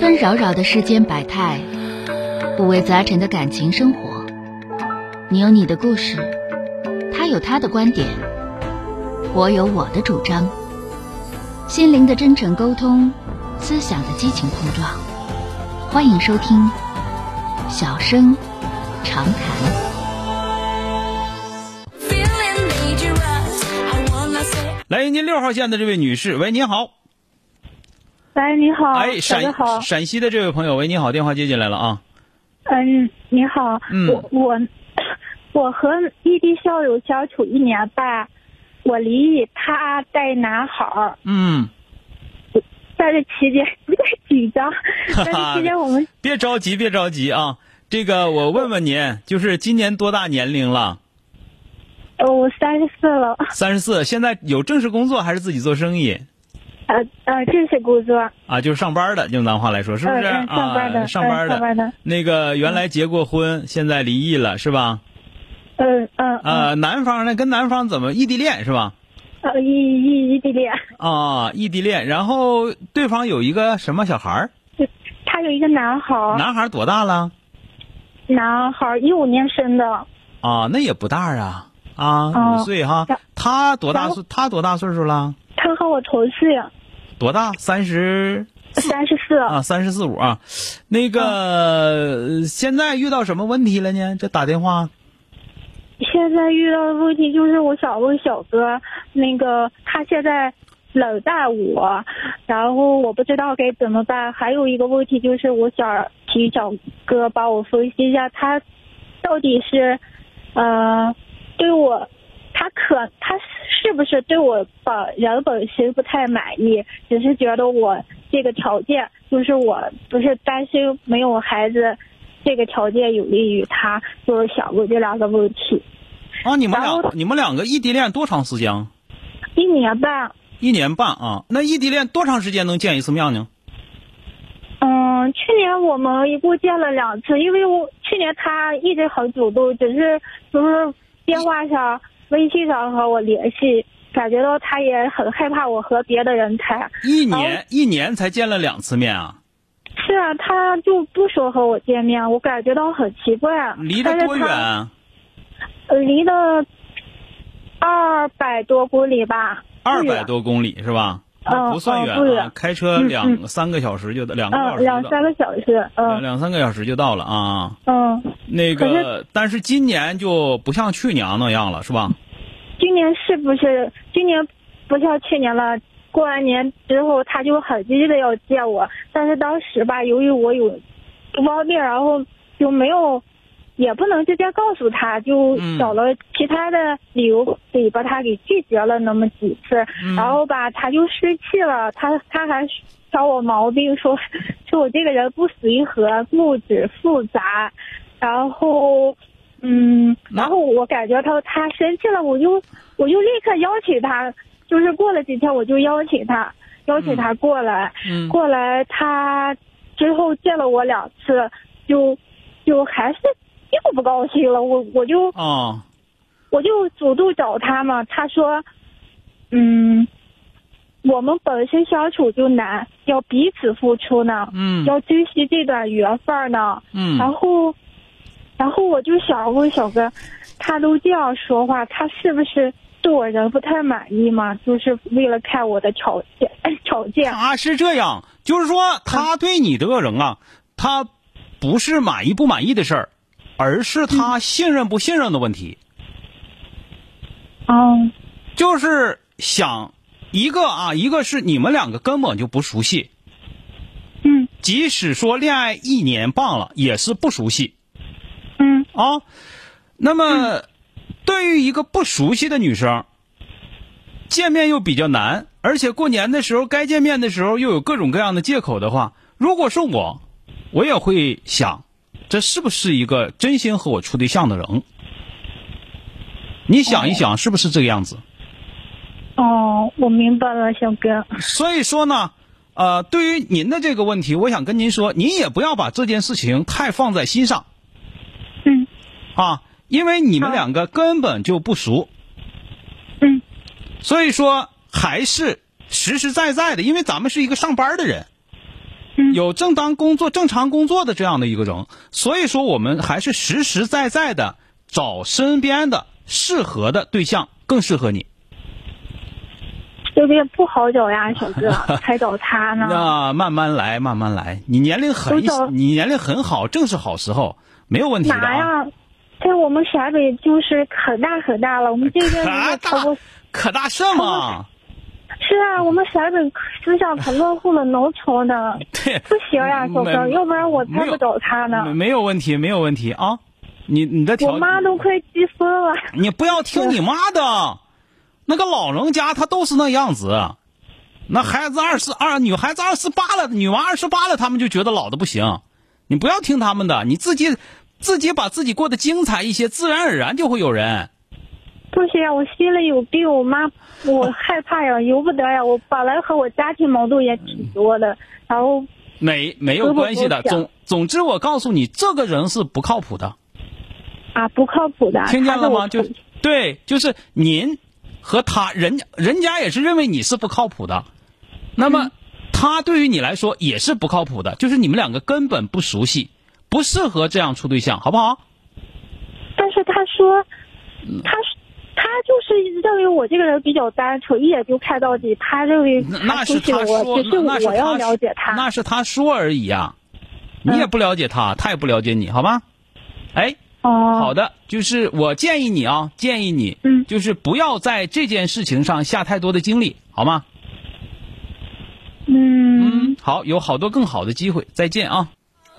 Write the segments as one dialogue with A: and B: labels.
A: 纷扰扰的世间百态，五味杂陈的感情生活。你有你的故事，他有他的观点，我有我的主张。心灵的真诚沟通，思想的激情碰撞。欢迎收听《小声长谈》。
B: Feeling dangerous. I wanna say
C: 来，迎接六号线的这位女士，喂，你好，
D: 喂，你好，
C: 哎，
D: 啊小哥
C: 陕
D: 好，
C: 陕西的这位朋友，喂，你好，电话接进来了啊，
D: 嗯，你好，
C: 嗯
D: 我我 我和异地校友相处一年半，我离异，他带男孩儿，
C: 嗯，
D: 在这期间有点 紧张，在这期间我们
C: 别着急，别着急啊，这个我问问您，就是今年多大年龄了？
D: 呃我三十四了，
C: 三十四，现在有正式工作还是自己做生意
D: 呃呃，正式工作，
C: 啊？就是上班的，用咱话来说，是不
D: 嗯
C: 是、
D: 嗯上班的
C: 啊？上班
D: 嗯上班的
C: 那个原来结过婚，现在离异了，是吧？
D: 嗯嗯嗯，
C: 呃，男方呢跟男方怎么异地恋是吧？
D: 呃异异异地恋，
C: 啊，异地恋，然后对方有一个什么小孩儿，
D: 他有一个男孩儿，
C: 男孩儿多大了？
D: 男孩儿一五年生的，
C: 啊，那也不大啊，啊，
D: 哦
C: 五岁哈
D: 然。
C: 他多大
D: 然后
C: 岁？他多大岁数了？
D: 他和我同岁，
C: 多大？三十
D: 三十四，
C: 啊，三十四五啊。那个、现在遇到什么问题了呢？这打电话
D: 现在遇到的问题就是，我想问小哥，那个他现在冷淡我，然后我不知道该怎么办。还有一个问题就是，我想请小哥帮我分析一下，他到底是，呃，对我，他可他是不是对我本人本身不太满意，只是觉得我这个条件，就是我不是担心没有孩子。这个条件有利于他，就是想过这两个问题。
C: 啊，你们
D: 然后
C: 俩你们两个异地恋多长时间？
D: 一年半，
C: 一年半啊。那异地恋多长时间能见一次面呢？
D: 嗯，去年我们一共见了两次，因为我去年他一直很主动，只是就是电话上、微信上和我联系，感觉到他也很害怕我和别的人谈。
C: 一年、一年才见了两次面啊，
D: 是啊，他就不说和我见面，我感觉到很奇怪。
C: 离得
D: 但是
C: 多
D: 他
C: 远？啊？
D: 呃离得二百多公里吧。
C: 二
D: 不
C: 百
D: 远。
C: 多公里是吧？
D: 嗯
C: 不算
D: 嗯
C: 远
D: 不
C: 啊
D: 远，
C: 开车两、
D: 嗯
C: 三个小时就到两个小
D: 嗯，
C: 时就到
D: 两三个小时。
C: 两
D: 嗯
C: 两三个小时就到了啊。
D: 嗯，
C: 那
D: 可
C: 个
D: 是，
C: 但是今年就不像去年那样了，是吧？
D: 今年是不是今年不像去年了？过完年之后，他就很积极的要见我，但是当时吧，由于我有不方便，然后就没有，也不能直接告诉他，就
C: 嗯
D: 找了其他的理由得把他给拒绝了那么几次，
C: 嗯
D: 然后吧，他就生气了，他他还挑我毛病，说说我这个人不随和、固执、复杂，然后。嗯，
C: 那
D: 然后我感觉他他生气了，我就我就立刻邀请他，就是过了几天我就邀请他，邀请他过来，
C: 嗯
D: 过来他之后见了我两次，就就还是又不高兴了，我我就
C: 哦，
D: 我就主动找他嘛，他说，嗯，我们本身相处就难，要彼此付出呢，
C: 嗯
D: 要珍惜这段缘分儿呢，然
C: 嗯，
D: 后，然后我就想问小哥，他都这样说话，他是不是对我人不太满意嘛？就是为了看我的哎条件，条件。
C: 他是这样，就是说他对你这个人啊，他不是满意不满意的事儿，而是他信任不信任的问题，哦
D: 嗯
C: 就是想一个啊，一个是你们两个根本就不熟悉，
D: 嗯
C: 即使说恋爱一年半了，也是不熟悉。
D: 嗯
C: 啊。那么，对于一个不熟悉的女生，见面又比较难，而且过年的时候该见面的时候又有各种各样的借口的话，如果是我，我也会想，这是不是一个真心和我处对象的人？你想一想，是不是这个样子？
D: 哦，我明白了，小哥。
C: 所以说呢，呃，对于您的这个问题，我想跟您说，您也不要把这件事情太放在心上
D: 嗯
C: 啊，因为你们
D: 好
C: 两个根本就不熟。
D: 嗯
C: 所以说还是实实在在的，因为咱们是一个上班的人，
D: 嗯
C: 有正当工作、正常工作的这样的一个人，所以说我们还是实实在在的找身边的适合的对象，更适合你。
D: 这边不好找呀，小 哥，才找他呢。
C: 那慢慢来，慢慢来，你年龄很
D: 嗯都找，
C: 你年龄很好，正是好时候，没有问题的
D: 哪
C: 啊。
D: 呀？在我们陕北就是可大可大了，我们这边 没有
C: 可
D: 超
C: 大
D: 过。
C: 可大啊什么？
D: 是啊，我们陕北思想可落后了，老丑呢，
C: 对，
D: 不行呀，小哥，
C: 没
D: 要不然我才
C: 没
D: 不
C: 有
D: 找他
C: 没
D: 呢。
C: 没有问题，没有问题啊。你你的
D: 我
C: 条，
D: 妈都快急疯了。
C: 你不要听你妈的，那个老人家他都是那样子。那孩子二十二，女孩子二十八了，女娃二十八了，他们就觉得老的不行。你不要听他们的，你自己自己把自己过得精彩一些，自然而然就会有人。
D: 不行呀，我心里有病，我妈我害怕呀，由不得呀。我本来和我家庭矛盾也挺多的，然后
C: 没没有
D: 如果
C: 关系的，
D: 不想
C: 总总之我告诉你，这个人是不靠谱的。
D: 啊不靠谱的。
C: 听见了吗？
D: 她
C: 就
D: 我
C: 对，就是您和他，人人家也是认为你是不靠谱的，那
D: 嗯
C: 么他对于你来说也是不靠谱的，就是你们两个根本不熟悉，不适合这样处对象，好不好？
D: 但是他说，他是他就是认为我这个人比较单纯，一眼就看到底。他认为
C: 那那
D: 出
C: 是
D: 去
C: 他
D: 啊我，
C: 说，
D: 只是
C: 那是
D: 我要
C: 他
D: 了解
C: 说那
D: 他。嗯
C: 是他说而已呀、你也不了解他，他也不了解你，好吧？哎，
D: 哦，
C: 好的，就是我建议你啊，建议你，
D: 嗯
C: 就是不要在这件事情上下太多的精力，好吗？
D: 嗯，
C: 嗯，好，有好多更好的机会，再见啊。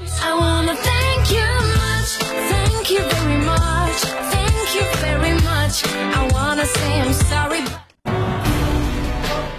B: I wanna thank you much, thank you very much, thank you very much. I wanna say I'm sorry. but-